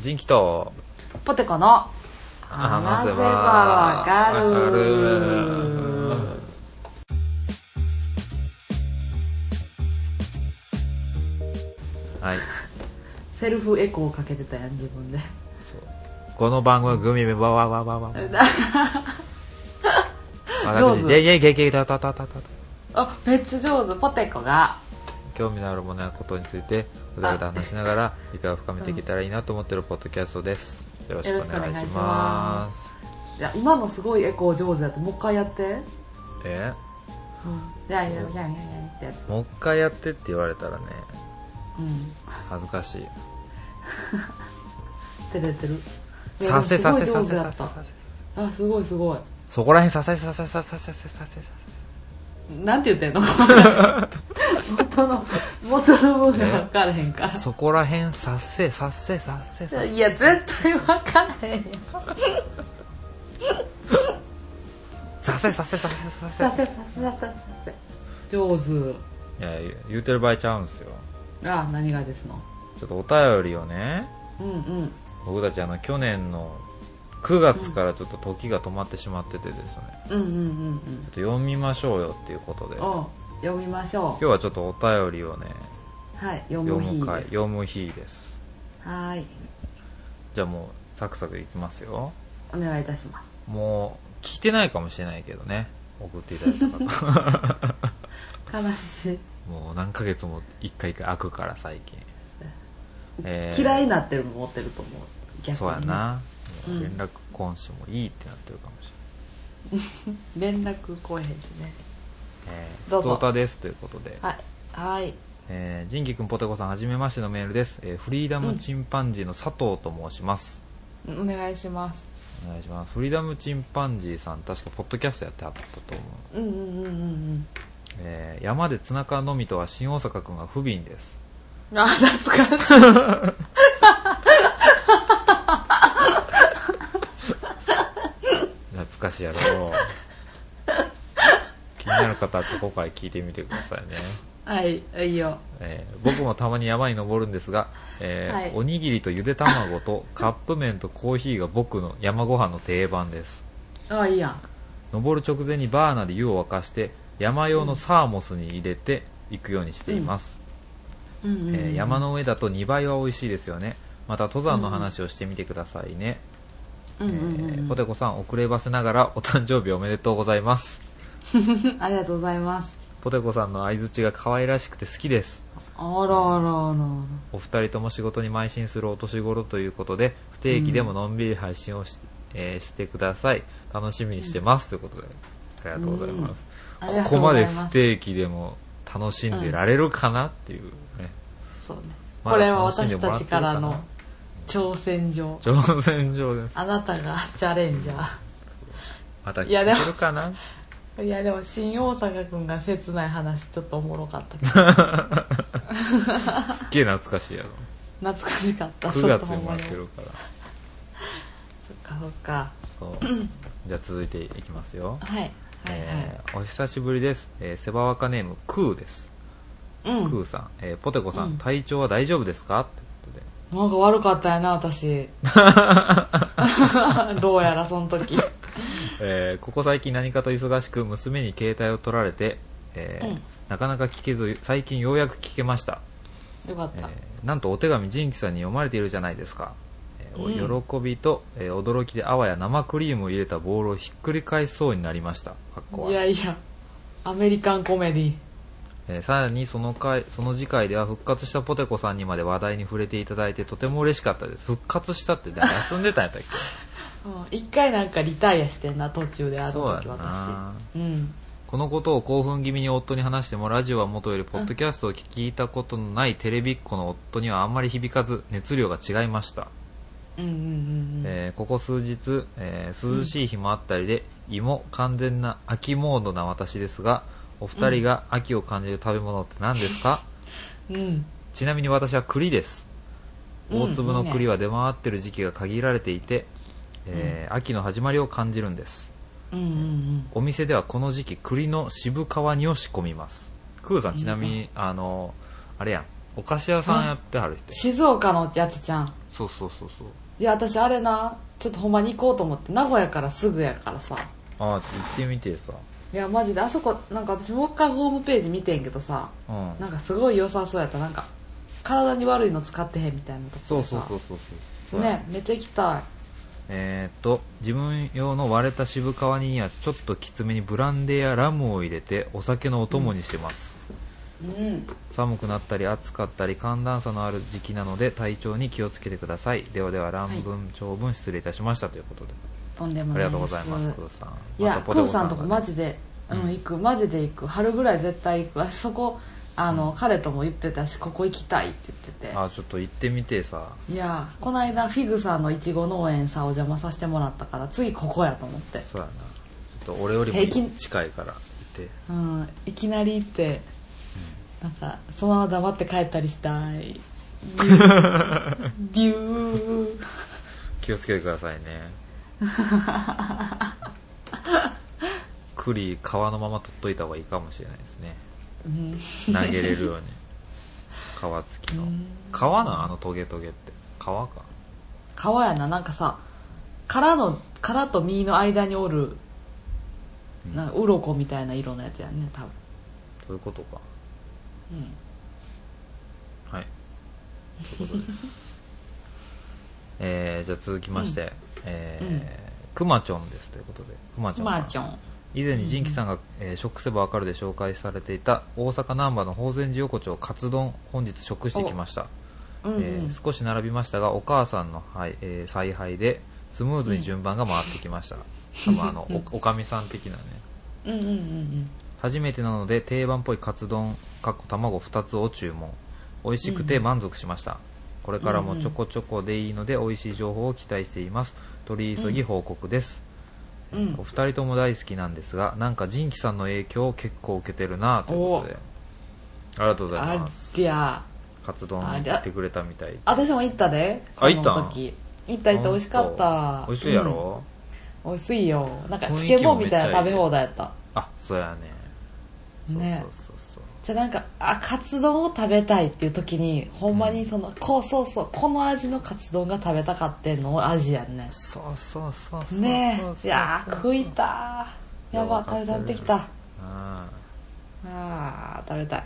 人気と、ポテコの話話せばせばわわかかるるはい。セルフエコーかけてたやん自分でこの番組は、わわわわわ。上私、手 JJKK だたたたたた。あめっちゃ上手ポテコが興味のあるものやことについて、おだおだ話しながら、理解を深めていけたらいいなと思ってるポッドキャストです。よろしくお願いします。いや今のすごいエコー上手だともう一回やってえじゃあやるやんやんやんってやつもう一回やってって言われたらね、うん恥ずかしい。照れてるいやさせさせでさもすせごい上手さだせったさせ。あすごいすごいそこらへんさせさせさせさせさせさせ。なんて言ってんの元の元の部分分からへんからそこらへんさっせさっせさっせさっせいや絶対分からへんよさっせさっせさっせささっせせさせさせさせ上手いや言う言うてる場合ちゃうんですよあ何がですのちょっとお便りをねうんうん僕たちあの去年の9月からちょっと時が止まってしまっててですね、ちょうんうんうんうんっと読みましょうよっていうことで今を読みましょ日はちょっとお便りをねうはい読読むむ日回です読む日ですはーいじゃあもうサクサクいきますよお願いいたしますもう聞いてないかもしれないけどね送っていただいた方悲しい、もう何ヶ月も一回一回開くから最近、えー嫌いになってるも持ってると思う逆にそうやなうん連絡今週もいいってなってるかもし連絡来えへんしねれない、えー、どうぞふつおたですということで、はいはいえー、仁義くんぽてこさんはじめましてのメールです、えーフリーダムチンパンジーの佐藤と申します、お願いしますお願いしますフリーダムチンパンジーさん確かポッドキャストやってはったと思う、うんうんうんうんえー山でツナ缶のみとは新大阪くんが不憫ですうんあ懐かしい懐かしいや ろ気になる方はここから聞いてみてくださいねはいいいよえー僕もたまに山に登るんですが、えーはいおにぎりとゆで卵 とカップ麺とコーヒーが僕の山ご飯の定番ですあいいやん登る直前にバーナーで湯を沸かして山用のサーモスに入れて行くようにしています、うんうんうん、えー山の上だと2倍は美味しいですよねまた登山の話をしてみてくださいね、うんうんうんえーポテコさん遅ればせながらお誕生日おめでとうございます ありがとうございますポテコさんの相づちが可愛らしくて好きですあらあらあらお二人とも仕事に邁進するお年頃ということで不定期でものんびり配信をし,、えーしてください楽しみにしてます、ということでありがとうございます、ありこがとこうごまざでいす不定期でも楽しんでられるかなっていうね、そうね、まこだれは楽しんで私もらたってちるかからなの挑戦状挑戦状ですあなたがチャレンジャまた聞いやでもけるかなーいやでも新大阪君が切ない話ちょっとおもろかった すけどっげえ懐かしいやろ懐かしかった9月にもらってちょっるからとほんまにそっかそうじゃあ続いていきますよそっ、かはいはいはい、えーお久しぶりです、えーセバワカネームクーですうクんーさん、えーポテコさん、うん体調は大丈夫ですかということでなんか悪かったやな私 どうやらその時えーここ最近何かと忙しく娘に携帯を取られて、えーうんなかなか聞けず最近ようやく聞けました、よかっえた、ーなんとお手紙仁キさんに読まれているじゃないですか、えーう喜びと、えー驚きであわや生クリームを入れたボールをひっくり返しそうになりましたかっこ悪いいやいやアメリカンコメディえーさらにその回その次回では復活したポテコさんにまで話題に触れていただいてとても嬉しかったです復活したってだ休んでたんやったっけうん一回なんかリタイアしてんな途中であのそう時や私なうんこのことを興奮気味に夫に話してもラジオは元よりポッドキャストを聞いたことのないテレビっ子の夫にはあんまり響かず熱量が違いました、うんうんうんうんえーここ数日、えー涼しい日もあったりで胃も完全な秋モードな私ですがお二人が秋を感じる食べ物って何です か、うんちなみに私は栗ですうん大粒の栗は出回ってる時期が限られていて、えー秋の始まりを感じるんですうんうんうんお店ではこの時期栗の渋皮煮を仕込みますクーさんちなみに、あのあれやんお菓子屋さんやってはる人静岡のやつちゃんそうそうそうそういや私あれなちょっとほんまに行こうと思って名古屋からすぐやからさああ行ってみてさいやマジであそこなんか私もう一回ホームページ見てんけどさうんなんかすごい良さそうやったなんか体に悪いの使ってへんみたいなとこそうでさそうそうそうそうねめっちゃ行きたえーっと自分用の割れた渋皮煮にはちょっときつめにブランデーやラムを入れてお酒のお供にしてます、いうん寒くなったり暑かったり寒暖差のある時期なので体調に気をつけてくださいではでは乱文、長文失礼いたしましたということでとんでもあないりがとでうございます工藤さんいや、コウさんとこマジで、ううんん、行く、マジで行く。春ぐらい絶対行く。私そこ、あの、彼とも言ってたし、ここ行きたいって言ってあちょっと行ってみてさて。いや、この間、フィグさんのいちご農園さ、お邪魔させてもらったから、次ここやと思って。そうやなちょっと俺より平均も近いから行ってうん、いきなり行って、なんか、そのまま黙って帰ったりしたい。 デューデュー。気をつけてください ね栗皮のまま取っといた方がいいかもしれないですねうん投げれる ように皮付きのうん皮なんあのトゲトゲって皮か皮やななんかさ殻の殻と身の間におるうんなんか鱗みたいな色のやつやね多分そういうことかうん はいそういうことですえー、じゃあ続きまして、えーくまちょんですということでくまちょんまあちょん以前に仁木さんが、えー食せばわかるで紹介されていた大阪難波の宝泉寺横丁カツ丼本日食してきました、うんうえーん少し並びましたがお母さんの、はいえー采配でスムーズに順番が回ってきました、多分あ のおおかみさん的なねうんうんうん初めてなので定番っぽいカツ丼かっこ卵2つを注文美味しくて満足しました、これからもちょこちょこでいいので美味しい情報を期待しています取り急ぎ報告です、うんうんお二人とも大好きなんですがなんか仁キさんの影響を結構受けてるなということでありがとうございあますりゃカツ丼あり行ゃってくれたみたい私も行ったであ行ったんこの時行った行った美味しかった美味しいやろ、うん美味しいよなんか雰囲気つもけ棒みたいな食べ放題やったあそうやねねそうそうそうじゃあなんかあカツ丼を食べたいっていう時にほんまにその、こうそうそうこの味のカツ丼が食べたかってんの味やんねそうそうそうそうそうねそうそうえいやー食いたーやばいや食べたなってきわたうんあー食べたい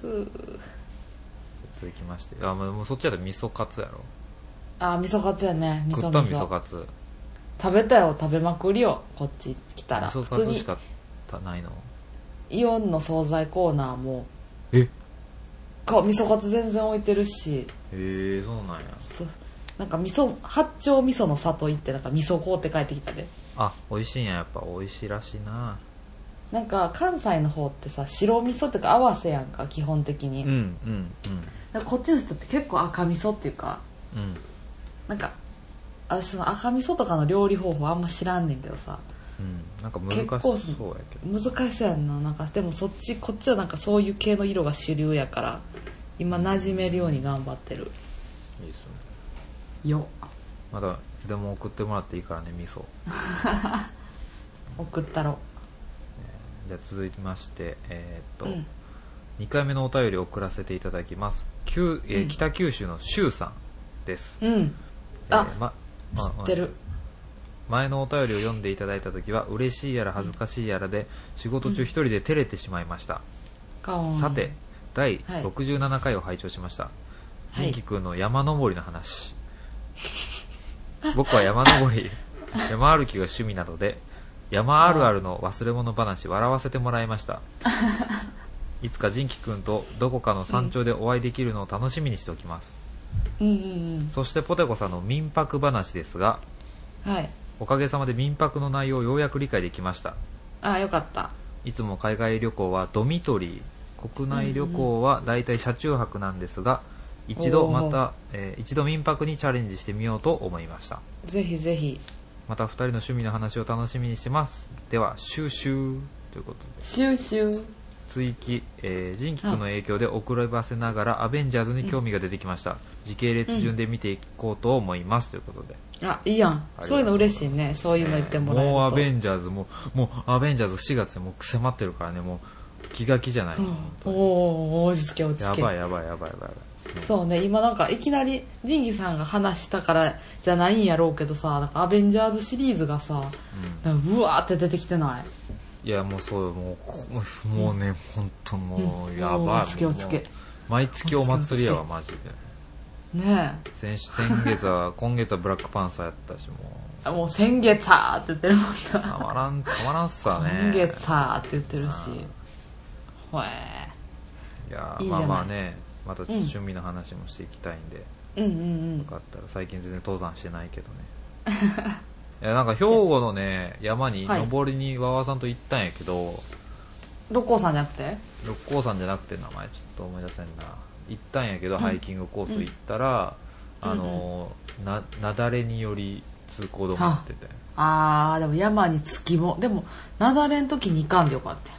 ふう続きましてあもうもうそっちやったら味噌カツやろあー味噌カツやね味食噌った味味噌噌カツ食べたよ食べまくりよこっち来たら味噌普カ通ツにしかたないのイオンの惣菜コーナーもえへこう味噌カツ全然置いてるしえそうなんやそうなんか味噌八丁味噌の里行ってなんか味噌こうって帰ってきたであ美味しいんややっぱ美味しいらしいななんか関西の方ってさ白味噌っていうか合わせやんか基本的に、うんうんなんかこっちの人って結構赤味噌っていうかうんうんなんか私その赤味噌とかの料理方法あんま知らんねんけどさうんなんか難し結そう構やけすど難しそうやんななんかでもそっちこっちはなんかそういう系の色が主流やから今馴染めるように頑張ってるいいっすねよまたいつでも送ってもらっていいからね味噌送ったろじゃあ続きましてえーっと、うん2回目のお便りを送らせていただきます九、えーうん北九州の周さんです、うんえーあまま知ってる前のお便りを読んでいただいた時は嬉しいやら恥ずかしいやらで仕事中一人で照れてしまいました、かわいいさて第はい67回を拝聴しましたは仁い輝、くんの山登りの話僕は山登 り山歩きが趣味なので山あるあるの忘れ物話笑わせてもらいましたいつか仁輝くんとどこかの山頂でお会いできるのを楽しみにしておきます、うんうんそしてポテコさんの民泊話ですがうんはいおかげさまで民泊の内容をようやく理解できましたあよかったいつも海外旅行はドミトリー国内旅行はだいたい車中泊なんですが、一度おーまた、えー一度民泊にチャレンジしてみようと思いましたぜひぜひまた2人の趣味の話を楽しみにしてますではシューシューということでシューシュー追記、えー、ジンキ君の影響で遅ればせながらアベンジャーズに興味が出てきました、時系列順で見ていこうと思います、ということであいいやんありがとうそういうの嬉しいねそういうの言ってもらえるともうアベンジャーズもうもうアベンジャーズ4月でもう迫ってるからねもう気が気じゃない、うん本当おーにおーおー落ち着け落ちや着けばいやばいやばいやばいやばいそうね今なんかいきなり仁義さんが話したからじゃないんやろうけどさなんかアベンジャーズシリーズがさうんなんかうわーって出てきてないいやもうそうよもうこもうね本当もうんうやばい、おつけおつけもう毎月お祭りやわおマジでね先週先月は 今月はブラックパンサーやったしもうえもう先月さーって言ってるもんたなまらんたまらんっすわね今月さーって言ってるしほえいやいいじゃまなあいまあねまたん趣味の話もしていきたいんで、うんうんよかったら最近全然登山してないけどね いやなんか兵庫のね山にはい登りにわわさんと行ったんやけど、うん六甲さんじゃなくて六甲山じゃなくて名前ちょっと思い出せんな行ったんやけど、うんハイキングコース行ったら、うんあのな雪崩により通行止まっててあーでも山に月もでも雪崩の時に行かんでよかったよ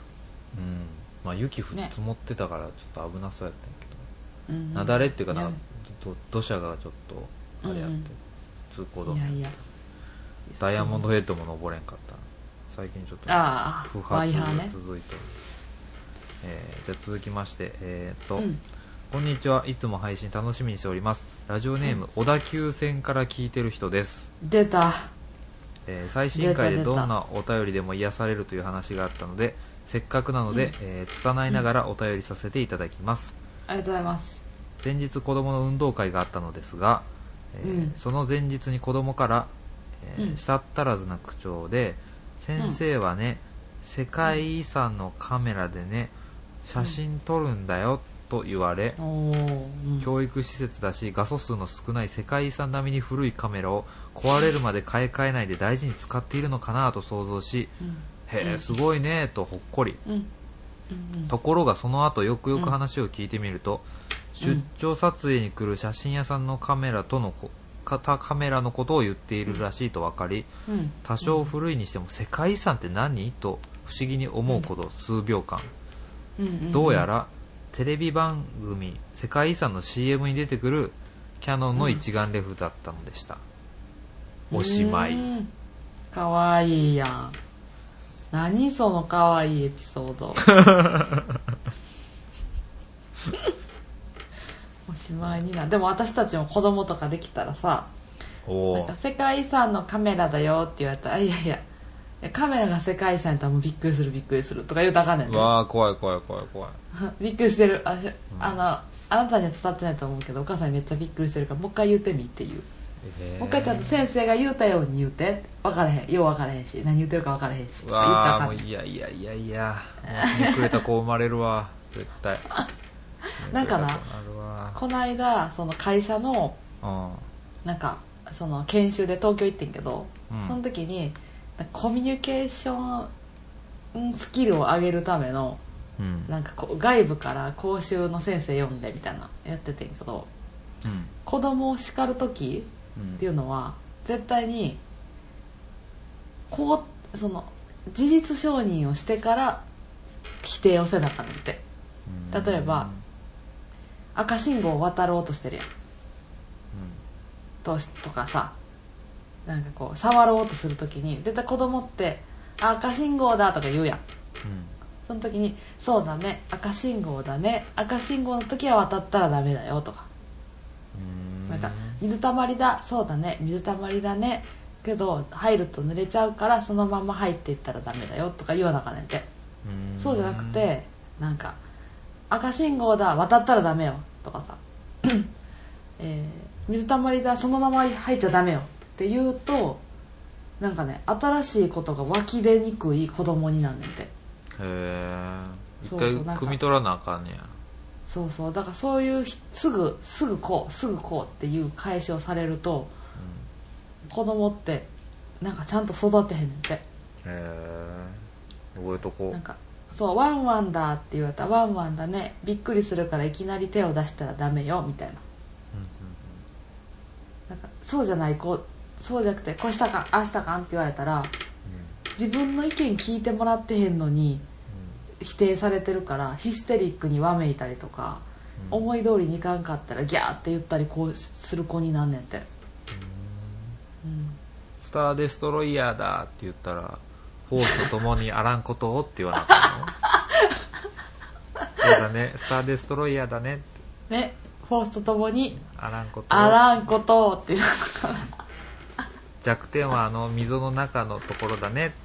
うんまあ雪降ね積もってたからちょっと危なそうやったんやけど、うん雪崩っていうかなんいかど土砂がちょっとあれやって、うん通行や止いやめいやダイヤモンドヘッドも登れんかった最近ちょっとあ不あワ発イハーがね続いてる、えーじゃあ続きましてえーっと、うんこんにちは。いつも配信楽しみにしております。ラジオネーム、小田急線から聞いてる人です。出たえー最新回出でたど出たんなお便りでも癒されるという話があったので、せっかくなので、えー拙いながらお便りさせていただきます。ありがとうございます前日子供の運動会があったのですが、えーうんその前日に子供から、えーうん舌足らずな口調で「先生はね、世界遺産のカメラでね写真撮るんだよ」と言われ、おお、うん教育施設だし画素数の少ない世界遺産並みに古いカメラを壊れるまで買い替えないで大事に使っているのかなと想像し「へうえんすごいね」とほっこりうんうんうんところがその後よくよく話を聞いてみると、うん出張撮影に来る写真屋さんのカメラとのこかたカメラのことを言っているらしいと分かりうん多少古いにしても世界遺産って何と不思議に思うこと数秒間うんうんどうやらテレビ番組「世界遺産」の CM に出てくるキャノンの一眼レフだったのでした、おしまいうんかわいいやん何そのかわいいエピソード おしまいになでも私たちも子供とかできたらさおなんおか世界遺産のカメラだよって言われたら「いやいやいやカメラが世界遺産やったらもうびっくりするびっくりする」とか言うたらあかんねんうねわあ怖い怖い怖い怖いびっくりしてるあしあのあなたには伝わってないと思うけどお母さんにめっちゃびっくりしてるからもう一回言うてみっていうえーもう一回ちゃんと先生が言うたように言うて分からへんよう分からへんし何言ってるか分からへんしとうか言ったらわああかもうんねいやいやいやいやもうひねくれた子生まれる わ絶対なんかなひねくれた子なるわこの間その会社のなんかその研修で東京行ってんけど、うんその時になんかコミュニケーションスキルを上げるためのうんうんなんかこう外部から講習の先生呼んでみたいなやっててんけどうん子供を叱る時うんっていうのは絶対にこうその事実承認をしてから否定をせなあかんねんってうん例えば赤信号を渡ろうとしてるやんととかさなんかこう触ろうとするときに絶対子供って「あ赤信号だ」とか言うやんうんうんその時に「そうだね赤信号だね赤信号の時は渡ったらダメだよ」とかうんなんか「水たまりだそうだね水たまりだね」けど入ると濡れちゃうからそのまま入っていったらダメだよとか言わなあかんねんてうんそうじゃなくてなんか「赤信号だ渡ったらダメよ」とかさ 「えー水たまりだそのまま入っちゃダメよ」って言うとなんかね新しいことが湧き出にくい子供になんねんてへえ一そうそうなん回か汲み取らなあかんねやそうそうだからそういうひすぐすぐこうすぐこうっていう返しをされると子供ってなんかちゃんと育てへんねんてうんへえ覚えとこなんうかそう「ワンワンだ」って言われたら「ワンワンだねびっくりするからいきなり手を出したらダメよ」みたいななんかそうじゃないこうそうじゃなくて「こうしたかんああしたかん」って言われたら自分の意見聞いてもらってへんのに否定されてるからヒステリックにわめいたりとか、思いい通りにいかんかったらギャーって言ったりこうする子になんねんて、うん、スターデストロイヤーだって言ったらフォースと共にあらんことをって言わなあ かんのそうだねスターデストロイヤーだねってねフォースとともにあらんことあらんことをっていう弱点はあの溝の中のところだねっつって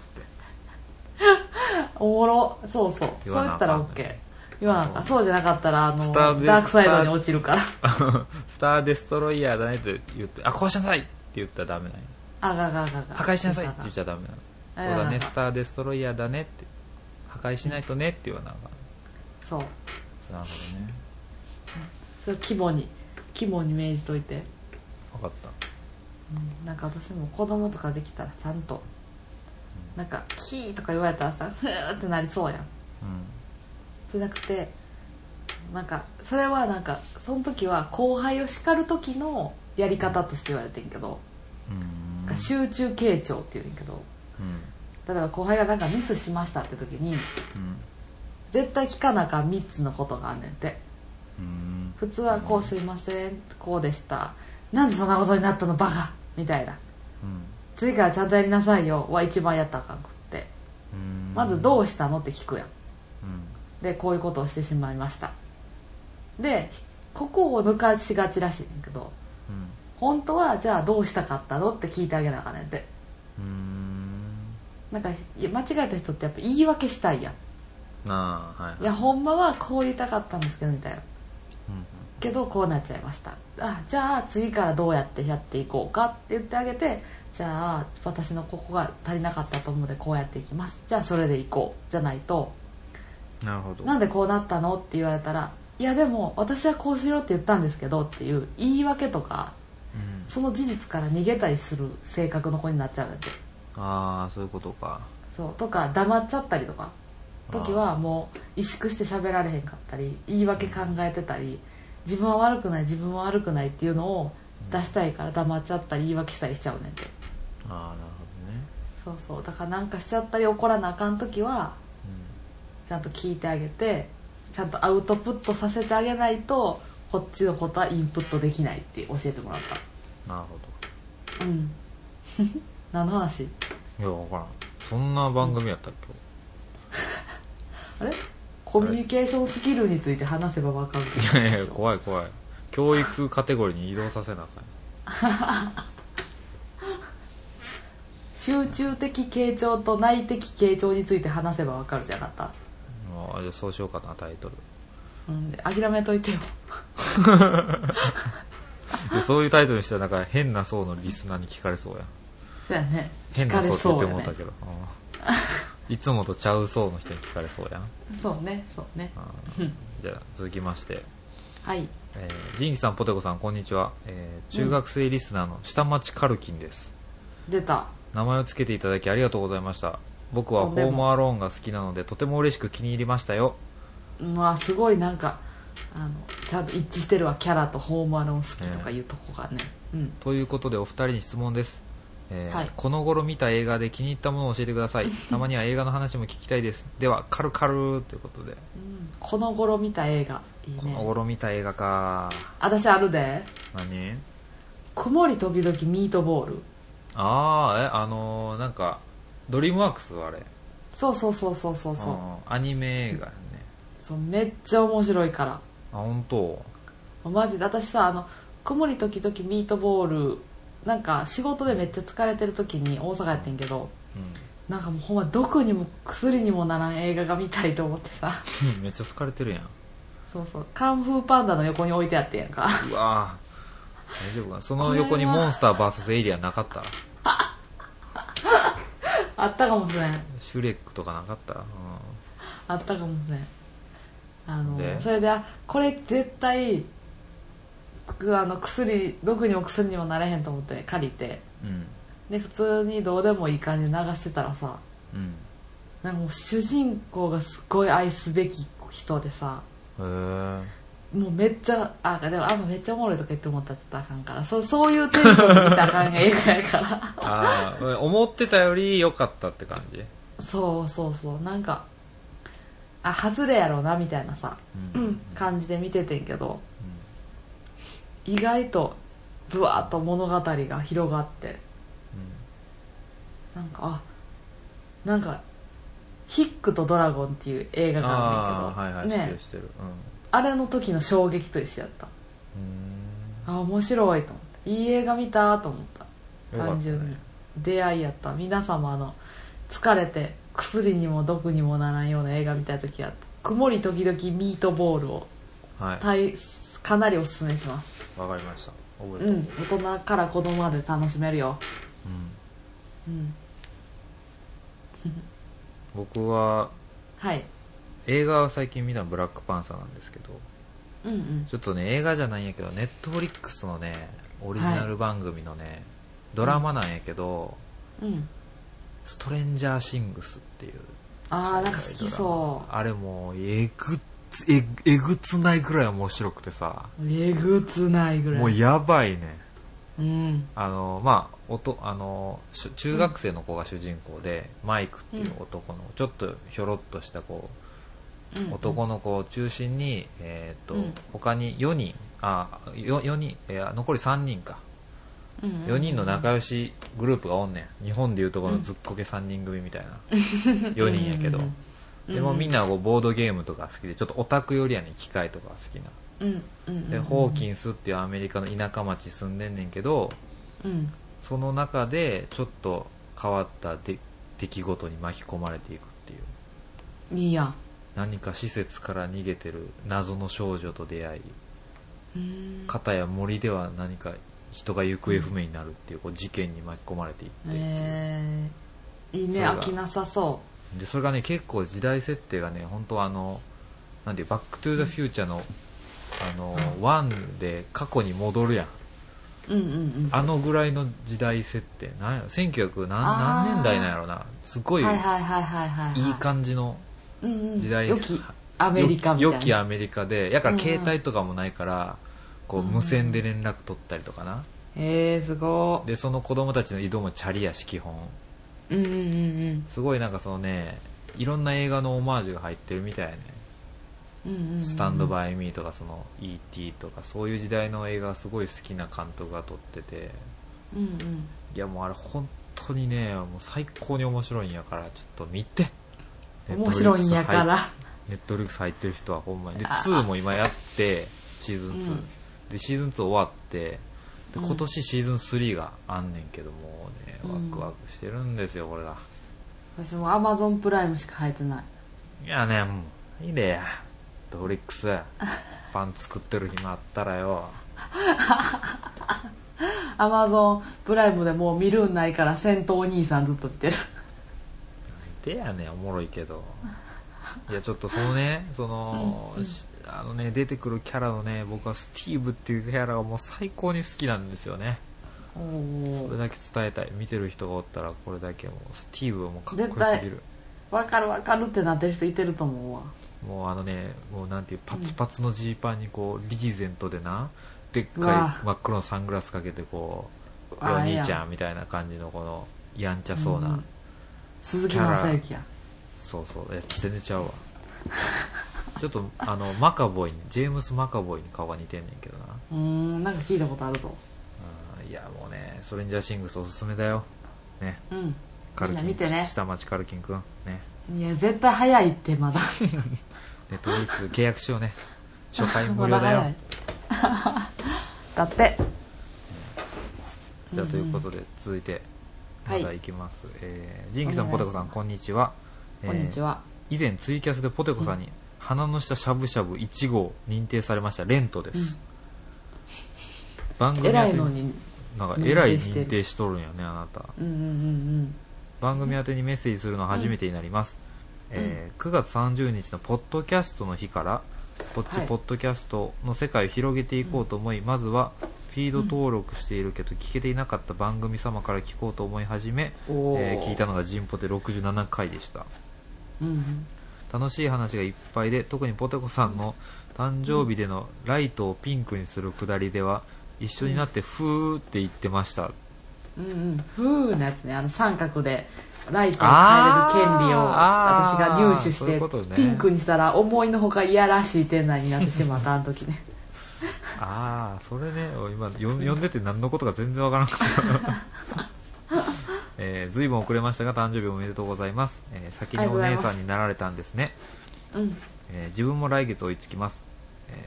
おもろそうそう言そうわ言なっあたからん OK 言わなあかんそうじゃなかったらあのスターでダークサイドに落ちるからスターデストロイヤーだねって言ってあ壊しなさいって言ったらダメなのあがががが破壊しなさいって言っちゃダメなのそうあだねあスターデストロイヤーだねって破壊しないとねって言わなあかんそうなるほどねそれ規模に規模に命じといて、分かったうん、なんか私も子供とかできたらちゃんとなんか「キー」とか言われたらさふーってなりそうやんうんじゃなくてなんかそれはなんかその時は後輩を叱る時のやり方として言われてんけど、うんなんか集中傾聴って言うんやけどうん例えば後輩がなんかミスしましたって時にうん絶対聞かなあかん3つのことがあんねんてうん普通はこうすいませんこうでしたなんでそんなことになったのバカみたいなうん次からちゃんとやりなさいよは一番やったらあかんくってうんまずどうしたのって聞くやんうんでこういうことをしてしまいましたでここを抜かしがちらしいねんけどうん本当はじゃあどうしたかったのって聞いてあげなあかんねんてうんなんかいや間違えた人ってやっぱ言い訳したいやんなあはいはいいやほんまはこう言いたかったんですけどみたいなうんけどこうなっちゃいましたあじゃあ次からどうやってやっていこうかって言ってあげてじゃあ私のここが足りなかったと思うのでこうやっていきますじゃあそれでいこうじゃないとなるほどなんでこうなったのって言われたらいやでも私はこうしろって言ったんですけどっていう言い訳とかうんその事実から逃げたりする性格の子になっちゃうんだってああそういうことかそうとか黙っちゃったりとか時はもう萎縮して喋られへんかったり言い訳考えてたり自分は悪くない自分は悪くないっていうのを出したいから黙っちゃったり言い訳したりしちゃうねんてああなるほどねそうそうだからなんかしちゃったり怒らなあかん時はちゃんと聞いてあげてちゃんとアウトプットさせてあげないとこっちのことはインプットできないって教えてもらっうんなるほたうん 何の話どいや分からんそんな番組やったっけあれコミュニケーションスキルについて話せばわかるいやいや怖い怖い教育カテゴリーに移動させなあかん集中的傾聴と内的傾聴について話せばわかるじゃなかっあーじゃあそうしようかなタイトルた、うん、諦めといてよ でそういうタイトルにしたらなんか変な層のリスナーに聞かれそうやそうやね変な層って言ってもう聞たかれけど、うんいつもとちゃう層の人に聞かれそうやんそうよねそうねそうねあうーんじゃあ続きまして、はいえー、ジンギさんポテコさんこんにちは、えー中学生リスナーの下町カルキンです、出た名前をつけていただきありがとうございました僕はとホんでもームアローンが好きなのでとても嬉しく気に入りましたよまあすごいなんかあのちゃんと一致してるわキャラとホームアローン好きとかいうとこがね、うんということでお二人に質問です、えーはいこの頃見た映画で気に入ったものを教えてくだ さいたまには映画の話も聞きたいですではカルカルということでうんこの頃見た映画いいこのね頃見た映画か私あるで何曇り時々ミートボールああえあのーなんかドリームワークスあれそうそうそうそうそうそううんアニメ映画やねそうめっちゃ面白いからあ本当マジで私さあの曇り時々ミートボールなんか仕事でめっちゃ疲れてる時に大阪やってんけどうなんかもうほんま毒にも薬にもならん映画が見たいと思ってさん めっちゃ疲れてるやんそうそうカンフーパンダの横に置いてあってんやんか うわー大丈夫かなその横にモンスター VS エイリアンなかったあったかもしれんシュレックとかなかったうんあったかもしれんあのでそれであこれ絶対くあの薬毒にも薬にもなれへんと思って借りてうんで普通にどうでもいい感じで流してたらさうんなんかもう主人公がすごい愛すべき人でさへえもうめっちゃあでもあめっちゃおもろいとか言って思ったらちょっとあかんからそうそういうテンションで見たらあかんが映画やから ああ思ってたより良かったって感じそうそうそうなんかあ外れやろうなみたいなさうんうん感じで見ててんけど意外とぶわーっと物語が広がってなんかあなんか「ヒックとドラゴン」っていう映画があああはいはるいん知ってだけどる知ってるあれの時の衝撃と一緒やったうんあ面白いと思っていい映画見たと思ったよかったね単純に、出会いやった皆様の疲れて薬にも毒にもならんような映画見たい時は曇り時々ミートボールをはいたいかなりおすすめしますわかりました覚えてうおこう、ん大人から子供まで楽しめるようんうん僕ははい映画は最近見たのブラックパンサーなんですけどうんうんちょっとね映画じゃないんやけどネットフリックスのねオリジナル番組のね、ドラマなんやけど、うんストレンジャーシングスっていうああなんか好きそあれもうえぐつえぐえぐつないぐらい面白くてさうえぐつないぐらいもうやばいねうんあのまあおとあのしゅ中学生の子が主人公で、マイクっていう男のちょっとひょろっとしたこうんうんう男の子を中心に、えーっとうん他に4人あよ4人いや残り3人かうんうんうん4人の仲良しグループがおんねん日本でいうとこのずっこけ3人組みたいな、4人やけどうんうんうんでもみんなこうボードゲームとか好きでちょっとオタクよりやねん機械とかが好きなうんうんうんでホーキンスっていうアメリカの田舎町住んでんねんけどうんその中でちょっと変わったで出来事に巻き込まれていくっていういいやん何か施設から逃げてる謎の少女と出会いうん片や森では何か人が行方不明になるっていうこう事件に巻き込まれていってっていうえー、いいそねれが飽きなさそでそれがね結構時代設定がね本当あのなんていうバック・トゥ・ザ・フューチャーのあのワンで過去に戻るやんううんうんうんあのぐらいの時代設定なんや1900何あー何年代なんやろなすごいはいいはいはいはいはいい感じのうんうん時代良きアメリカみたいよな良きアメリカでやからうんうん携帯とかもないから、こううん無線で連絡取ったりとかなえー、すごでその子供たちの移動もチャリやし基本いうんうんうんすごいなんかそのねいろんな映画のオマージュが入ってるみたいやねうんうんうんスタンドイバイミーとかその E.T. とかそういう時代の映画がすごい好きな監督が撮っててうんうんいやもうあれ本当にねもう最高に面白いんやからちょっと見て面白いんやから、ネットフリックス入ってる人はほんまにであ2も今やってシーズン2、うんでシーズン2終わってでうん今年シーズン3があんねんけどもうねうんワクワクしてるんですよこれが私もアマゾンプライムしか入ってないいやねもういいでやネットフリックスパン作ってる暇あったらよアマゾンプライムでもう見るんないから戦闘お兄さんずっと見てるでやねんおもろいけ どいやちょっとそのねその、しあのね出てくるキャラのね僕はスティーブっていうキャラがもう最高に好きなんですよねおそれーだけ伝えたい見てる人がおったらこれだけもうスティーブはもうかっこよすぎるわかるわかるってなってる人いてると思うわもうあのねもうなんていうパツパツのジーパンにこうリーゼントでなでっうかわい真っ黒のサングラスかけてこうおあーええやん兄ちゃんみたいな感じのこのやんちゃそうな、うん鈴木雅之やそうそういや全然ちゃうわちょっとあのマカボイにジェームス・マカボイに顔が似てんねんけどなうーんなんか聞いたことあるぞうんいやもうねソレンジャーシングスおすすめだよねうんカルキンみんな見てね下町カルキンくんねいや絶対早いってまだネットフリックス契約しよう ね初回無料だよ、ま早いだってじゃあということで続いてまはだいいきます、えージンキさんおポ願いテしますコさんこんにちは、えーこんにちは、以前ツイキャスでポテコさんに鼻の下しゃぶしゃぶ1号認定されましたレントです、番組偉宛いてのにになんか認定してる偉い認定しとるんやねあなたうんうんうん番組宛てにメッセージするのは初めてになります、えー9月30日のポッドキャストの日からこっちはいポッドキャストの世界を広げていこうと思い、まずはフィード登録しているけど聞けていなかった番組様から聞こうと思い始め、うんおーえー聞いたのがジンポテ67回でしたうんうん楽しい話がいっぱいで特にポテコさんの誕生日でのライトをピンクにするくだりでは一緒になってふーって言ってましたうんうんふうのやつねあの三角でライトを変えれる権利をあ私ーが入手そういうことしねてピンクにしたら思いのほかいやらしい店内になってしまったあの時ねああそれねお今よ読んでて何のことか全然わからなかった、えー、随分遅れましたが誕生日おめでとうございます、えー先にお姉さんになられたんですねうんえー自分も来月追いつきます、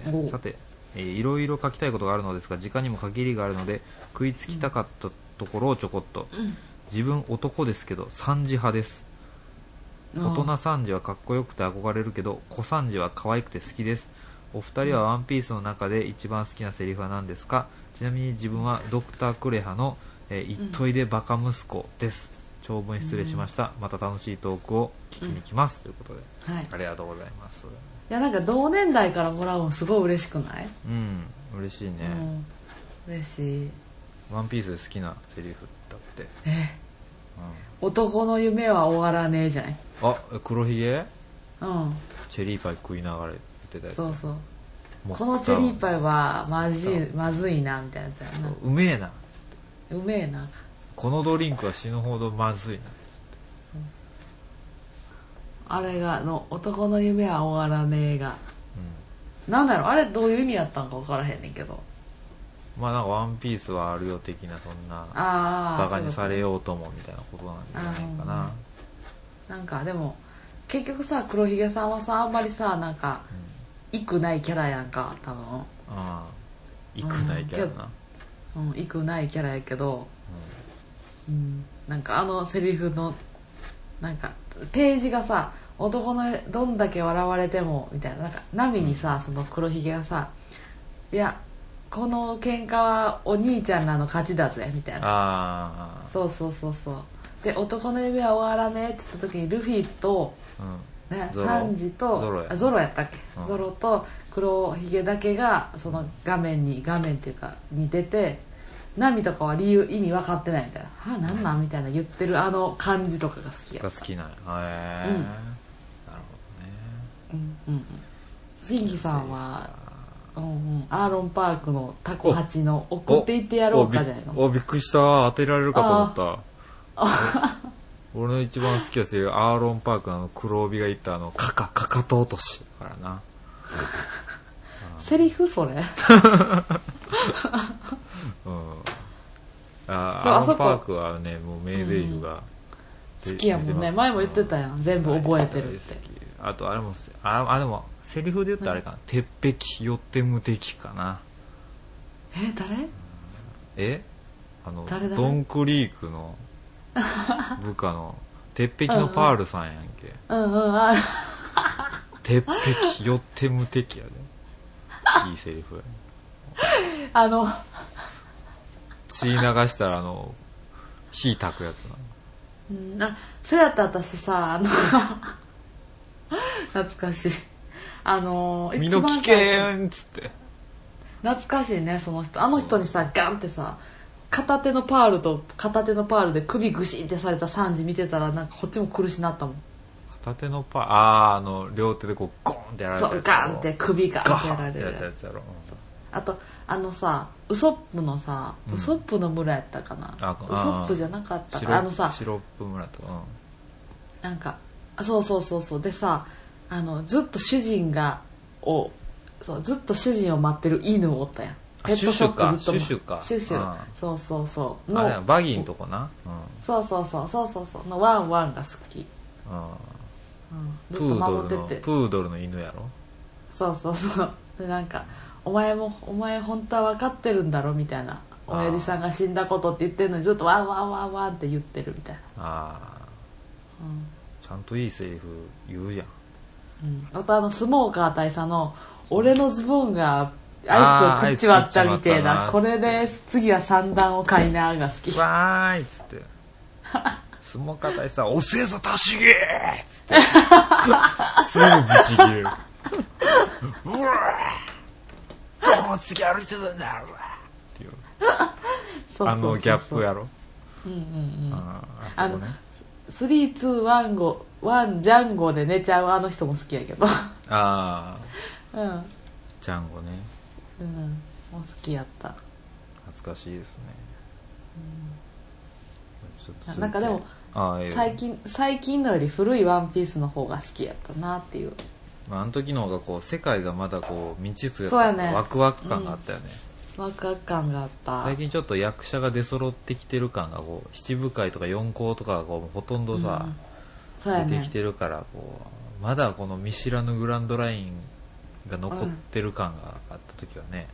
えーおうさてえーいろいろ書きたいことがあるのですが時間にも限りがあるので食いつきたかったところをちょこっと自分男ですけど三次派ですうん大人三次はかっこよくて憧れるけど子三次は可愛くて好きですお二人はワンピースの中で一番好きなセリフは何ですかちなみに自分はドクタークレハの「えーうん一といでバカ息子」です長文失礼しました、また楽しいトークを聞きに来ます、ということではいありがとうございますいやなんか同年代からもらうのすごい嬉しくない、うん嬉しいねうん嬉しい「ワンピースで好きなセリフだって、うんえ男の夢は終わらねえじゃないあ黒ひげうんチェリーパイ食いながら言ってたやつそうそうもったこのチェリーパイいはまずいまずいなみたいなやつやなうめえなうめえなこのドリンクは死ぬほどまずいなあれがの男の夢は終わらねえがなんだろうあれどういう意味やったんか分からへんねんけどうん、まあなんか「ワンピースはあるよ的なそんなああバカにされようともみたいなことなんじゃないかななんかでも結局さ黒ひげさんはさあんまりさなんかいくないキャラやんか多うんああいくないキャラな、分うんいくないキャラやけどうんなんかあのセリフのなんかページがさ男のどんだけ笑われてもみたいななんか波にさその黒ひげがさ「いやこの喧嘩はお兄ちゃんらの勝ちだぜ」みたいなあそうそうそうそうで男の夢は終わらねえって言った時にルフィとあうんね、ゾロサンジとゾロやあゾロやったっけ、うんゾロと黒ひげだけがその画面に画面っていうかに出てナミとかは理由意味分かってないみたいな「はあなんなん?」みたいな言ってるあの感じとかが好きやが好きなんやへえ、うなるほどんねうんうんうんジンギさんは、うんうん、アーロン・パークのタコ八の「送っていってやろうか」じゃないのおびおびっくりした当てられるかと思った俺の一番好きなセリフアーロン・パークのあの黒帯が言ったあのカカカカと落としだからなセリフそれうんあでもアあーそロこン・パークはねもう名台詞が、好きやもんね前も言ってたやん全部覚えてるってあとあれもああでもセリフで言ったらあれかな、鉄壁よって無敵かなえ誰えあの誰誰ドンクリーク の部下の鉄壁のパールさんやんけ、うんうんあ鉄壁よって無敵やでいいセリフやあの血流したらあの火炊くやつなうん、あそうやった私さあの 懐かしいあの身の危最初険っつって懐かしいねその人あの人にさガンってさ片手のパールと片手のパールで首ぐしんってされたサンジ見てたらなんかこっちも苦しなったもん片手のパーあああの両手でこうゴーンってやられてそうガンって首がガ当てらーンっれてやったやるつやろ、うんあとあのさウソップのさ、うんウソップの村やったかなウソあップじゃなかったシかロなあのさシロップ村とか、なんかあそうそうそうそうでさあのずっと主人がをそうずっと主人を待ってる犬おったやんあペットショップずっとシュシュかシュシシュシュュあーそうそうそううん、のあれやバギーのとこな、うんそうそうそうそうそうそうのワンワンが好き、うんうん、プずっとード守ルっのプててードルの犬やろそうそうそうでなんか「お前もお前本当は分かってるんだろ」みたいなあー親父さんが死んだことって言ってるのにずっとワンワンワンワンって言ってるみたいな、ああうん、ちゃんといいセリフ言うじゃんうんあとあのスモーカー大佐の「俺のズボンがアイスを食っちまった」みたいあーアイスな食こっちまったれなで次は三段を買いなーが好きわーいっつって 相撲家大さ「おせえぞ足しげえ!」っつ ってすぐぶち切れるうわーどこの次歩いてたんだうわーっていうそうそうそうそうあのギャップやろうんうんうんあーあそこね321ゴワンジャンゴで寝ちゃうあの人も好きやけどああうん、うん、ジャンゴねもう好きやった懐かしいですね、ちょっと続いなてなんかでもああいいよ最近最近のより古いワンピースの方が好きやったなっていうまあ、あの時の方がこう世界がまだこう未知数やったそうやねワクワク感があったよね、ワクワク感があった最近ちょっと役者が出揃ってきてる感がこう七部会とか四校とかがこうほとんどさ、そうや出てねきてるからこうまだこの見知らぬグランドラインが残ってる感があった時はね、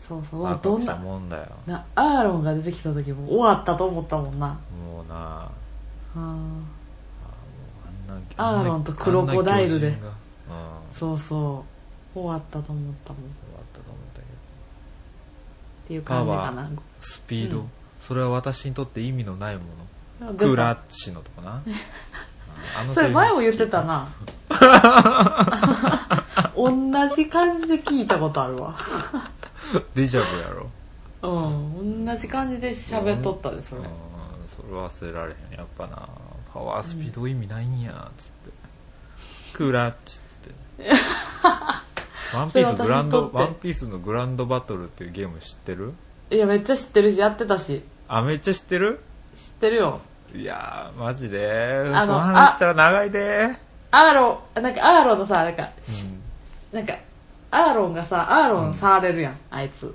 そうそううあわあどこん来たなもんだよなアーロンが出てきた時もう終わったと思ったもんなもうなうんあんなアーロンとクロコダイルであんな巨人がうんそうそう終わったと思終わったったもんっと思ったけどていう感じかなスピード、うんそれは私にとって意味のないも出のたクーラッチのとこ なあのそれ前も言っセてリフ好た な同じ感じで聞いたことあるわき デジャブやろうん同じ感じで喋っとったでそうれんそれ忘れられへんやっぱなパワースピード意味ないんやつって、クーラッチっ つってワンピースグランドそれ私にとってワンピースのグランドバトルっていうゲーム知ってるいやめっちゃ知ってるしやってたしあめっちゃ知ってる知ってるよいやーマジでそあのの話したら長いでアーロンなんかアーロンのさなんかうんなんか、アーロンがさ、アーロン触れるやん、あいつ。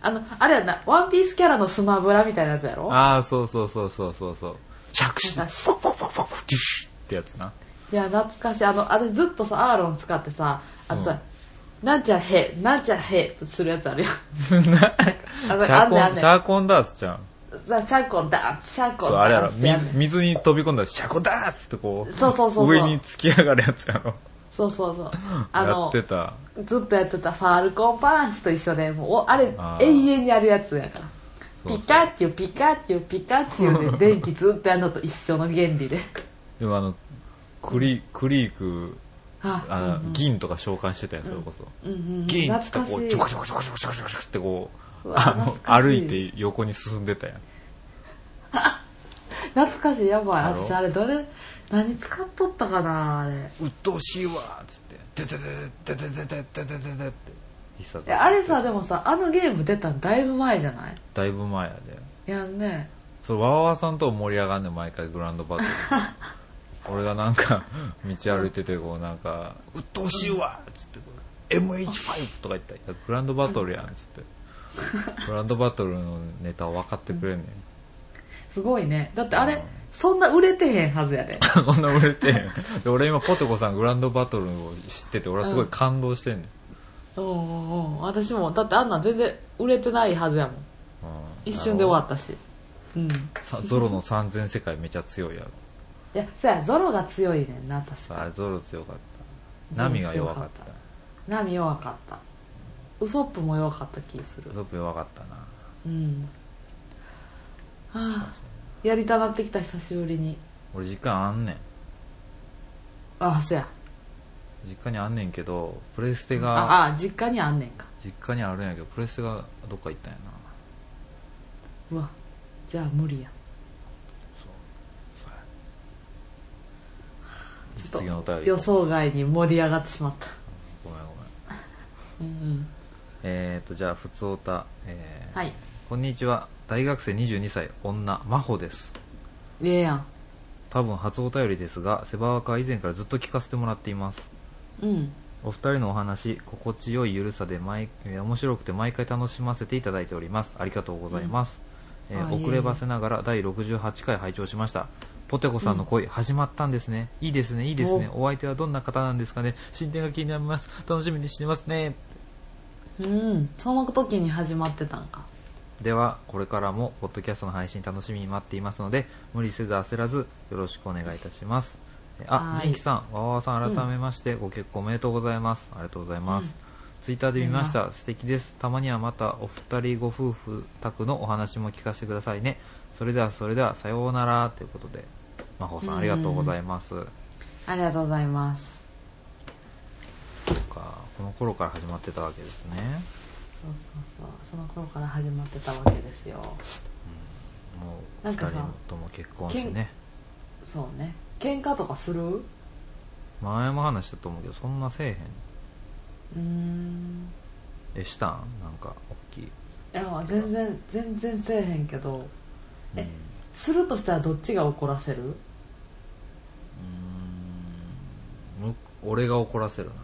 あの、あれやんな、ワンピースキャラのスマブラみたいなやつやろああそうそうそうそうそうそうシャクシなャんかクシュッってやつないや、懐かしい。あの、私ずっとさ、アーロン使ってさ、あのさ、なんちゃらへ、なんちゃらへってするやつあるやん。シあのャーコあんねんあんねンんシャーコンダーツちゃん さチャコンダーツ、チャコそンうあれやダーろツってやんねんみ水に飛び込んだらシャコンダーツってこうそうそうそうそう上に突き上がるやつやろそうそ うそう。あやっのて、たずっとやってたファルコンパンチと一緒で、もうお、あれあ、ー永遠にやるやつやから。そうそうピカチュウ、ピカチュウ、ピカチュ ウで電気ずっとやるのと一緒の原理で。でもあのクリクリークああ、銀とか召喚してたよそれこそ、うんうん、銀っつって懐かこしういちょこちょこちょこちょこちょこちょこってこううわあの懐かし歩いいて横に進んでたやん懐かしいやばいだろ私あれどれ何使っとったかなあれ鬱陶しいわっつって「ででででででででででで」って必殺えあれさでもさあのゲーム出たのだいぶ前じゃないだいぶ前やでやんねそれわわわさんとも盛り上がんねん毎回グランド バトル俺がなんか 道歩いててこうなんか「鬱陶しいわ」っつってこう MH5」とか言ったらいや「グランドバトルやん」っつ ってグランドバトルのネタを分かってくれんねん すごいねだってあうんれそんな売れてへんはず やでこんな売れてんで俺今ポテコさんグランドバトルを知ってて俺はすごい感動してんねん、うんうんうん私もだってあんなん全然売れてないはずやもんうん一瞬で終わったしうんいさゾロの3000世界めちゃ強いやろやそやゾロが強いねんな確さあかれゾロ強かっゾたロナミが弱かっ強かたナミ弱かったウソップも弱かった気するゾップ弱かったなうんはあやりたなってきた久しぶりに俺時間あんねんあそや実家にあんねんけどプレステがああ実家にあんねんか実家にあるんやけどプレステがどっか行ったんやなうわじゃあ無理やそうやち次のょおっ便とり予想外に盛り上がってしまったごめんごめんうんえーとじゃあ普通おた、えうんーはいこんにちは大学生22歳女真帆ですええやん多分初お便りですがセバワカは以前からずっと聞かせてもらっていますうんお二人のお話心地よいゆるさで毎えー面白くて毎回楽しませていただいておりますありがとうございます、えーあいえいえ遅ればせながら第68回拝聴しましたポテコさんの恋、始まったんですねいいですねいいですねお相手はどんな方なんですかね進展が気になります楽しみにしてますねうんその時に始まってたんかではこれからもポッドキャストの配信楽しみに待っていますので無理せず焦らずよろしくお願いいたしますえあはーいジンキさんわわわさん改めましてご結婚おめでとうございます、ありがとうございます、うんツイッターで見ました素敵ですたまにはまたお二人ご夫婦宅のお話も聞かせてくださいねそれではそれではさようならということで真帆さんありがとうございますありがとうございますとかこの頃から始まってたわけですねそうそうそうその頃から始まってたわけですよもうな二んか人さとも結婚してねそうね喧嘩とかするう前も話したと思うけどそんなせえへんーんえしたんなんか大きい、いや全然全然せえへんけどえうんするとしたらどっちが怒らせるむ俺が怒らせるな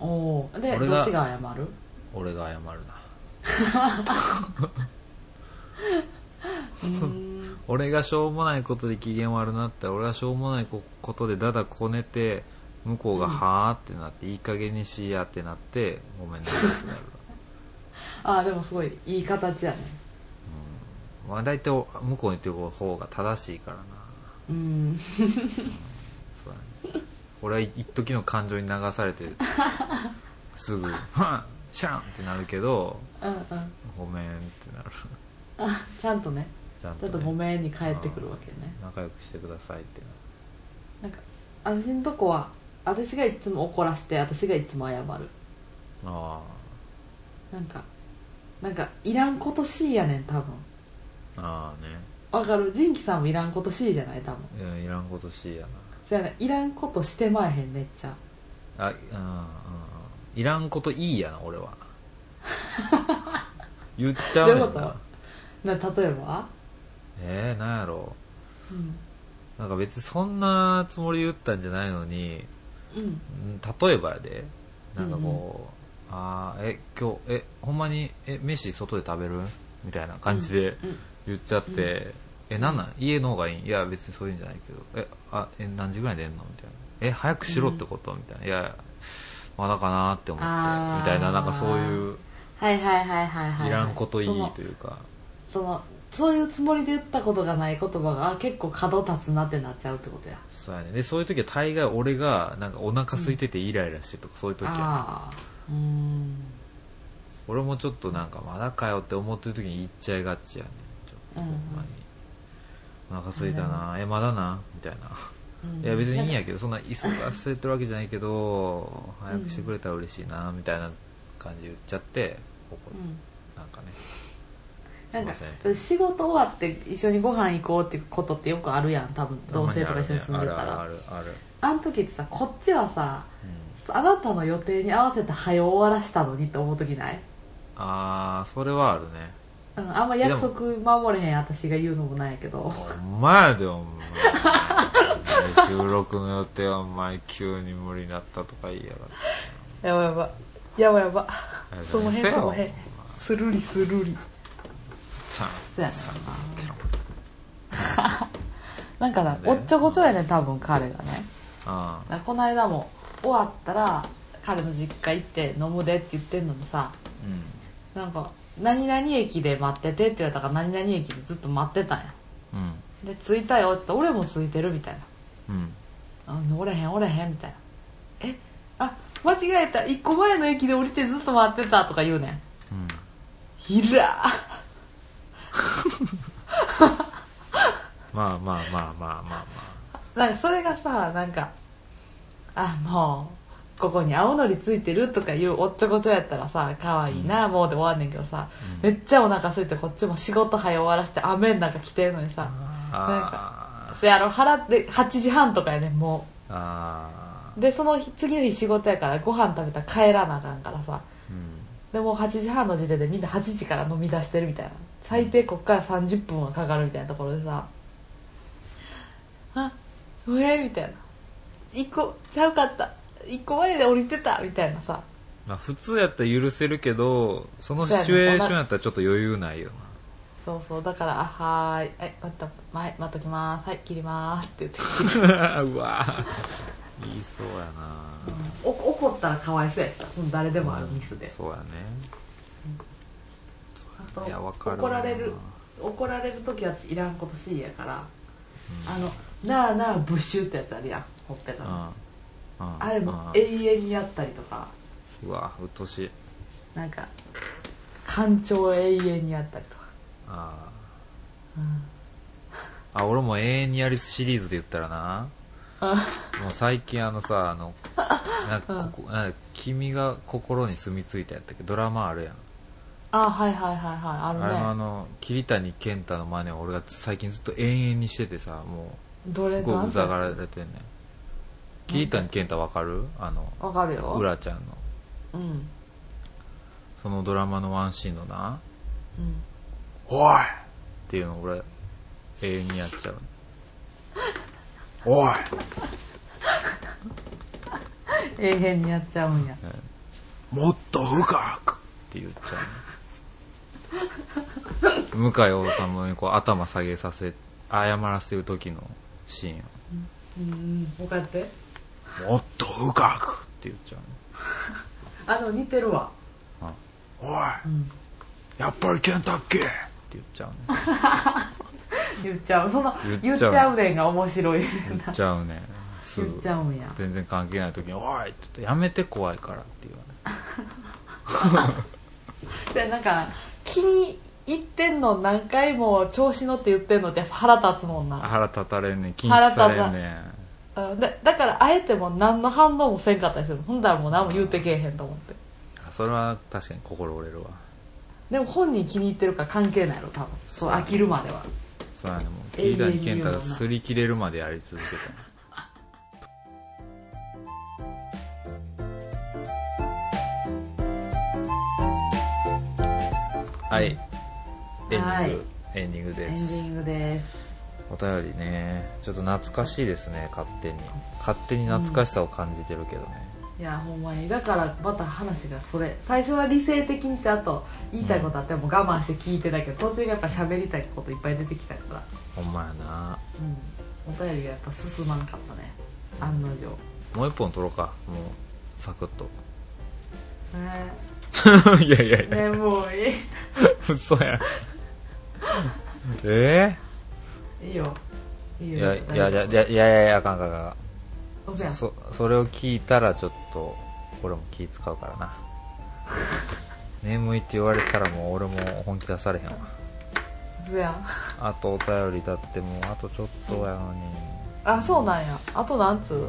おおで俺がどっちが謝る俺が謝るなうーん俺がしょうもないことで機嫌悪なったら俺がしょうもないこことでだだこねて向こうが「うんはあ」ってなって「いい加減にしや」ってなって「ごめんなさい」ってなる、 ああでもすごいいい形やねまあ、大体向こうに言ってる方が正しいからなうんそうやね俺は一時の感情に流されてすぐ「はんシャン!」ってなるけどうんうん「ごめん」ってなるあちゃんとねちゃんと,、ちょっね、とごめんに帰ってくるわけね仲良くしてくださいってなるなんか私のとこは私がいつも怒らせて私がいつも謝るあなんかなんかいらんことしいやねん多分あああねわかる仁キさんもいらんことしいじゃない多分いやいらんことしいやそやねいらんことしてまえへんめっちゃなあうんうんうんいらんこといいやな俺 は言っちゃうねどうんいうこなとな例えば、えー、なんやろうんなんか別にそんなつもりで言ったんじゃないのにうん、うん例えばやでなんかこう、ああえ今日えほんまにえ飯外で食べるみたいな感じでうん言っちゃって、えなんなん家の方がいいんいや別にそういうんじゃないけどえあえ何時ぐらいに出んのみたいなえ早くしろってこと、みたいないやまだかなって思ってあーみたいななんかそういうはいはいはいはいはいいらんこといいそのというか、そのそういうつもりで言ったことがない言葉があ結構角立つなってなっちゃうってことやそうやねでそういう時は大概俺がなんかお腹空いててイライラしてとか、そういう時やねああうーん俺もちょっとなんかまだかよって思ってる時に言っちゃいがちやねちょっとほんまに、お腹空いたなえまだなみたいなうんいや別にいいんやけどそんな急がせてるわけじゃないけど早くしてくれたら嬉しいなみたいな感じ言っちゃって怒うるんなんかねなんかすいま仕事終わって一緒にご飯行こうってことってよくあるやん多分同性とか一緒に住んでたらあ,、あるあるあるの時ってさこっちはさうんあなたの予定に合わせて早終わらしたのにって思う時ない、ああそれはあるねうん、あんま約束守れへん私が言うのもないけどお前でお前 収録の予定はお前急に無理になったとか言いやがってやばやばやばやばその辺その辺するりするりさそうやねさんななんかなおっちょこちょやねん多分彼がねあだからこの間も終わったら彼の実家行って飲むでって言ってんのにさうんなんか何々駅で待っててって言われたから何々駅でずっと待ってたんやうんで着いたよって言ったら俺も着いてるみたいなうんあおれへんおれへんみたいなえあ間違えた1個前の駅で降りてずっと待ってたとか言うねんうんひらーまあまあまあまあまあまなんかそれがさなんかあもうここに青のりついてるとかいうおっちょこちょやったらさ可愛いな、もうで終わんねんけどさ、めっちゃお腹空いてこっちも仕事早終わらせて雨の中来てんのにさ、あそやろ払って8時半とかやねんもあああうでその日次の日仕事やからご飯食べたら帰らなあかんからさうんでもう8時半の時点でみんな8時から飲み出してるみたいな最低こっから30分はかかるみたいなところでさ「あうえ」みたいな「1個ちゃうかった1個前で降りてた」みたいなさまあ普通やったら許せるけどそのシチュエーションやったらちょっと余裕ないよそうそうだから「あはーいはい待ったはい待っときますはい切ります」って言ってな うわぁ言いそうやなお怒ったらかわいそうやったその誰でもあるミスでそうやねあといやわかる怒られる怒られる時はいらんことしいやから、あの「なあなあブッシュ」ってやつあるやんほっぺたうの。んうんあれも永遠にやったりとかうんうわうっとうしいなんか感情を永遠にやったりとかああ、あ俺も永遠にやりシリーズで言ったらなもう最近あのさあ のなんかここなんか君が心に住み着いたやったっけドラマあるやんあはいはいはいはいあれのああるねの桐谷健太の真似を俺が最近ずっと延々にしててさもどうれすごないんうだざがられてんねん桐谷健太わかるあのわかるようらちゃんのうんうんそのドラマのワンシーンのな「おい!」っていうのを俺永遠にやっちゃう「おい!」永遠にやっちゃうんやもっと深くって言っちゃうの向井治にこう頭下げさせ謝らせる時のシーンうんうん分かってもっと深くって言っちゃうあの似てるわねおい、んやっぱりケンタッキーって言っちゃうね言っちゃうその言言っっちちゃうゃうねんが面白いねん言なっちゃうねす言っぐちゃうんや全然関係ない時に「おい!」って言って「やめて怖いから」って言われでなんか気に入ってんの何回も調子乗って言ってんのってやっぱ腹立つもんな腹立たれんねん禁止されんねんうんだだからあえてもう何の反応もせんかったりするほんだらもう何も言うてけえへんと思ってあそれは確かに心折れるわでも本人気に入ってるから関係ないやろ多分そそうう飽きるまではそうやねもう桐永遠に谷健太が擦り切れるまでやり続 けたはいエンディング、エンディングでエンすディングですお便りねちょっと懐かしいですね勝手に勝手に懐かしさを感じてるけどね、いやほんまにだからまた話がそれ最初は理性的にちゃんと言いたいことあっても我慢して聞いてたけど途中がやっぱ喋りたいこといっぱい出てきたからほんまやなうんお便りがやっぱ進まんかったね案の定もう一本取ろうかもうサクッとねいやいやいや、ねもうい嘘やんええいいいよいいいよやいやいやいやいやいやあかんあかんあおかやんそそれを聞いたらちょっと俺も気使うからな眠いって言われたらもう俺も本気出されへんわそやあとお便りだってもうあとちょっとやのにあそうなんやあと何通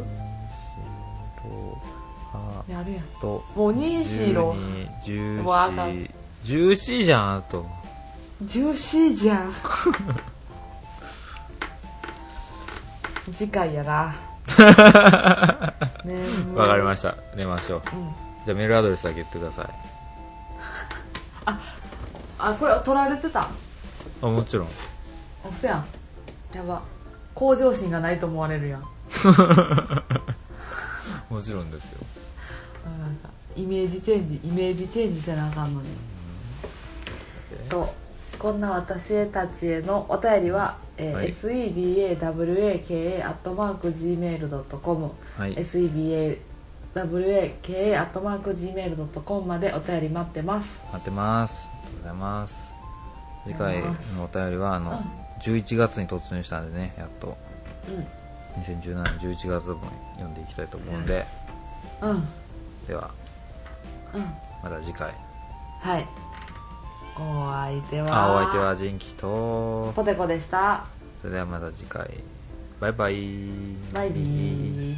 とあやるやんともう2四6 12もうあかん14 14じゃんあとジューシーじゃん 次回 やなねわかりましした寝ましょうた、うん、じゃあメールアドレスだけ言ってくださいあこれ取られてたあもちろんおせやんやば向上心がないと思われるやんわかもちろんですよりましたイメージチェンジイメージチェンジせなあかんのにとこんな私たちへのお便りは、えーはい sebawaka.gmail.com はい sebawaka.gmail.com までお便り待ってます待ってますありがとうございます次あ回りがとうございのお便りはあの、うん11月に突入したんでねやっとう2017年11月分読んでいきたいと思うんで、んうんではうんまた次回はいお相手あはお相手はジンキとポテコでしたそれではまた次回バイバイバイビーい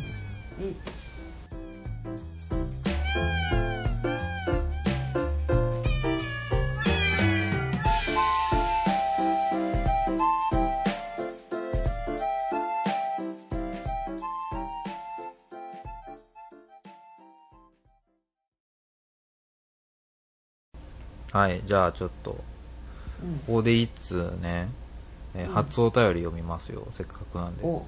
はいじゃあちょっとうんここで一通ね、えー初お便り読みますよ、せっかくなんで、お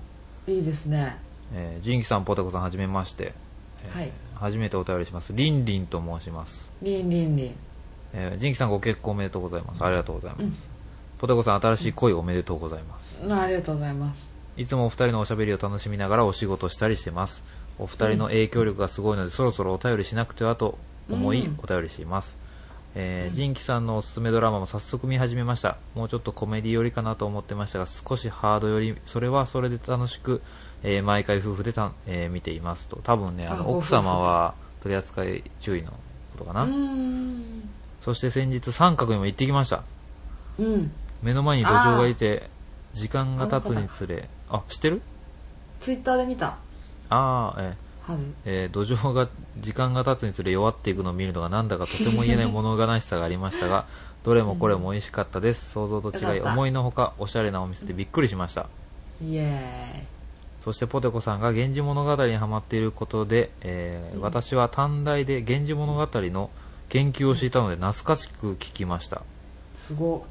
いいですねえー、ジンキさんポテコさんはじめまして、えーはい初めてお便りしますリンリンと申しますりんりんりんえー、ジンキさんご結婚おめでとうございます。ありがとうございます。うんポテコさん新しい恋おめでとうございます。うんありがとうございますいつもお二人のおしゃべりを楽しみながらお仕事したりしてます。お二人の影響力がすごいので、そろそろお便りしなくてはと思いうんお便りしています。えー、ジンキさんのおすすめドラマも早速見始めました。もうちょっとコメディ寄りかなと思ってましたが、少しハード寄り、それはそれで楽しく、えー毎回夫婦でた、えー見ていますと。多分ね、ああのご夫奥婦で様は取り扱い注意のことかうな。ーんそして先日三角にも行ってきました。うん目の前に土壌がいて時間が経つにつれあ知ってるツイッターで見たああえはずえー土壌が時間が経つにつれ弱っていくのを見るのがなんだかとても言えない物悲しさがありました がどれもこれも美味しかったです想像と違いよかった思いのほかおしゃれなお店でびっくりしましたイエそしてポテコさんが「源氏物語」にハマっていることで、えーうん私は短大で「源氏物語」の研究をしていたので懐かしく聞きましたーイすごっ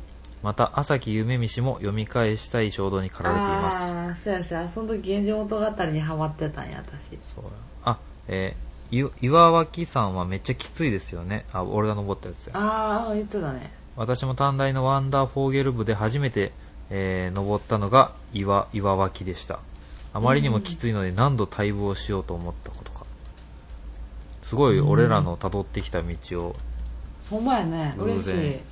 また朝木夢見氏も読み返したい衝動に駆られていますああそうやそうやその時「源氏物語」にハマってたんや私そうやあえーい岩脇さんはめっちゃきついですよねあ俺が登ったやつやああ言ってたね私も短大のワンダーフォーゲル部で初めて、えー登ったのが岩岩脇でしたあまりにもきついので何度待望しようと思ったことかすごい俺らの辿ってきた道をほんまやね偶嬉し然、いね、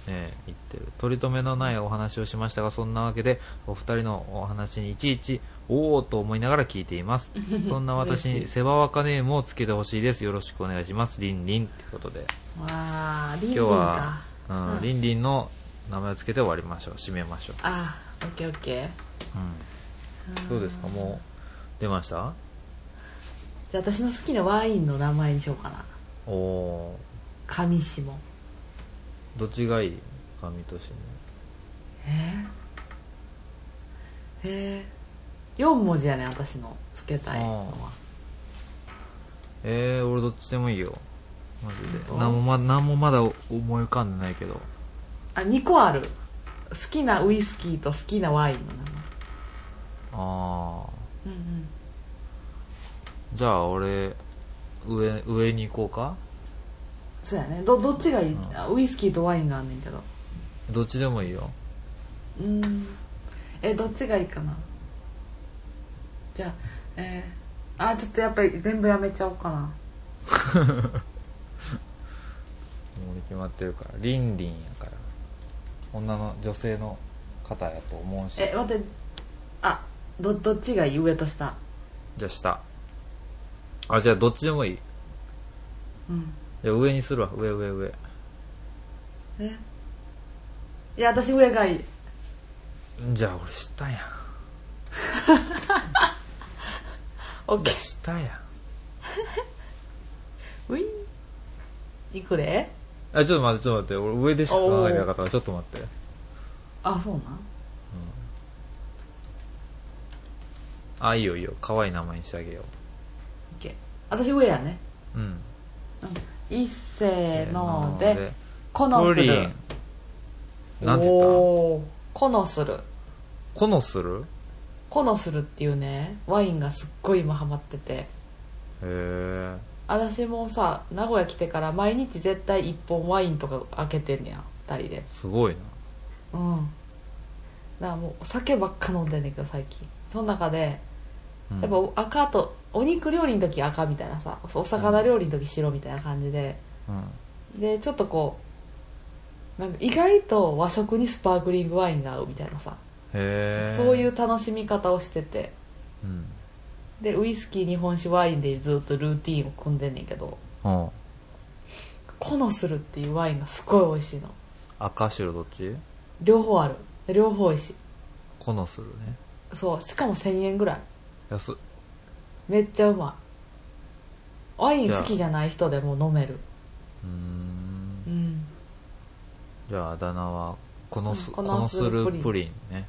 言ってる取り留めのないお話をしましたがそんなわけでお二人のお話にいちいちおおと思いながら聞いていますそんな私嬉にしいセバワカネームをつけてほしいですよろしくお願いしますリンリンってことでわあリン今日リンはか、うんうんリンリンの名前をつけて終わりましょう締めましょう、あーオッケーオッケうん、ーどうですかんもう出ましたじゃあ私の好きなワインの名前にしようかなおお上下ーどっちがいい神としえー、えー、4文字やね私のつけたいのはえー、俺どっちでもいいよマジで本当何もま何もまだ思い浮かんでないけどあ2個ある好きなウイスキーと好きなワインの名前ああうんうんじゃあ俺上上に行こうかそうやねどどっちがいい、うんあウイスキーとワインがあんねんけどどっちでもいいようーんえどっちがいいかなじゃあえー、あちょっとやっぱり全部やめちゃおうかな俺決まってるからリンリンやから女の女性の方やと思うしえ待ってあどどっちがいい上と下じゃあ下あじゃあどっちでもいいうんじゃあ上にするわ上上上えいや私上がいいじゃあ俺下やんオッケー下やんウィーンいくであちょっと待ってちょっと待って俺上でしか考えてなかったからちょっと待ってあそうなんあいいよいいよ可愛い名前にしてあげよオッケー私上やねううんいっせーのせーでこのプすリるンなんて言ったおーこのするこのするこのするっていうねワインがすっごい今ハマっててへえ私もさ名古屋来てから毎日絶対1本ワインとか開けてんねや2人ですごいなうんだからもうお酒ばっか飲んでんねんけど最近その中でうんやっぱ赤とお肉料理の時赤みたいなさお魚料理の時白みたいな感じでうんでちょっとこうなんか意外と和食にスパークリングワインが合うみたいなさへえそういう楽しみ方をしててうんでウイスキー日本酒ワインでずっとルーティンを組んでんねんけどうんコノスルっていうワインがすごい美味しいの赤白どっち両方あるで両方美味しいこのするねそうしかも1000円ぐらい安っめっちゃうまいワイン好きじゃない人でも飲めるうーんうんじゃああだ名はこのすうんここののするするププリンね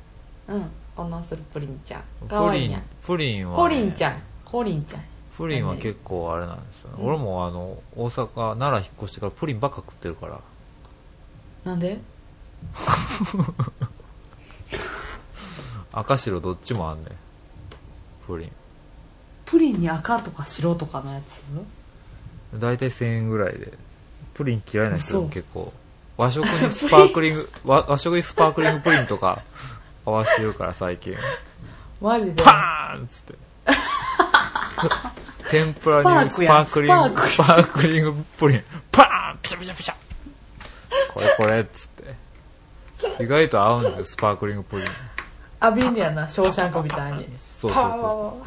うんコノスルプリンちゃんかプわいリいやンんプリンはねホリンちゃんホリンちゃんプリンは結構あれなんですよねうん俺もあの大阪奈良引っ越してからプリンばっか食ってるからなんで赤白どっちもあんねんプリプリンに赤とか白とかのやつン大体1000円ぐらいでプリン嫌いな人でもそう結構和食にスパークリ ング和和食にスパークリングプリンとか合わせてるから最近マジでパーンっつ って。天ぷらにススパパーーククリやンんグ、スパークリングプリン、パーンピシャピシャピシャこれこれっつって。意外と合うんですよ、スパークリングプリン。浴びんねやなショーシャンコみたいにそうそうそうそう。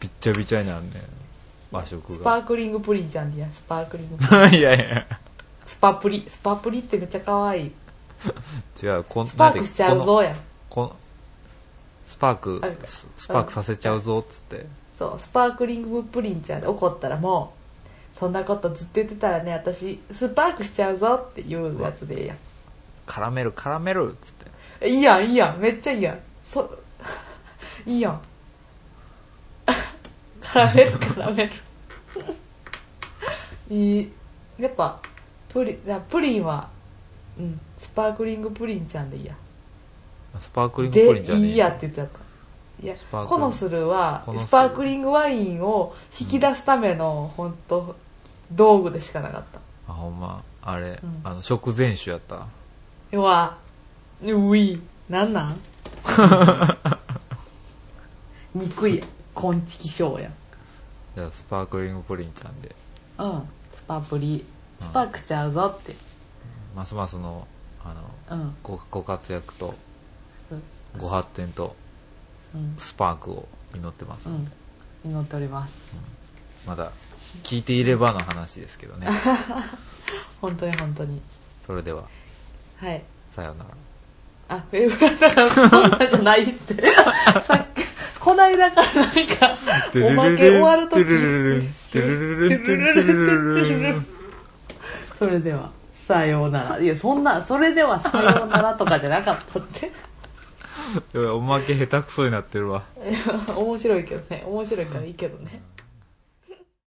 びっちゃびちゃになんねん。和食スパがー。クリングプリンちゃんでやスパークリングプリ いンやいや。スパプリスパプリってめっちゃ可愛い違う、こんスパークしちゃなうんてこのぞやんこのスパークある、かススパークさせちゃうぞっつって。そうスパークリングプリンちゃんで怒ったらもうそんなことずっと言ってたらね私スパークしちゃうぞっていうやつでいいや絡める絡めるっつって。んいいやんいいやんめっちゃいいやんそいいやん 絡める絡める いいやっぱプリンプリンはうんスパークリングプリンちゃんでいいやスパークリングプリでンじゃねえいいやって言っちゃったいやパークリングコノスルはコノスルスパークリングワインを引き出すための本当道具でしかなかったあ、ほんま、あれ、うんあの、食前酒やった。要はういなんなん憎いこんちきしょうやんじゃあスパークリングプリンちゃんでうんスパプリうんスパークちゃうぞってますますのあのうんごご活躍とうんご発展とうん、スパークを祈ってますうので、ん、祈っておりますまだ聞いていればの話ですけどね本当に本当にそれでははいさようなら あ、え、だから、そんなんじゃないって。さっき、こないだからなんか、おまけ終わるとき。それでは、さようなら。いや、そんな、それではさようならとかじゃなかったって。いいやおまけ下手くそになってるわや面白いけどね。面白いからいいけどね。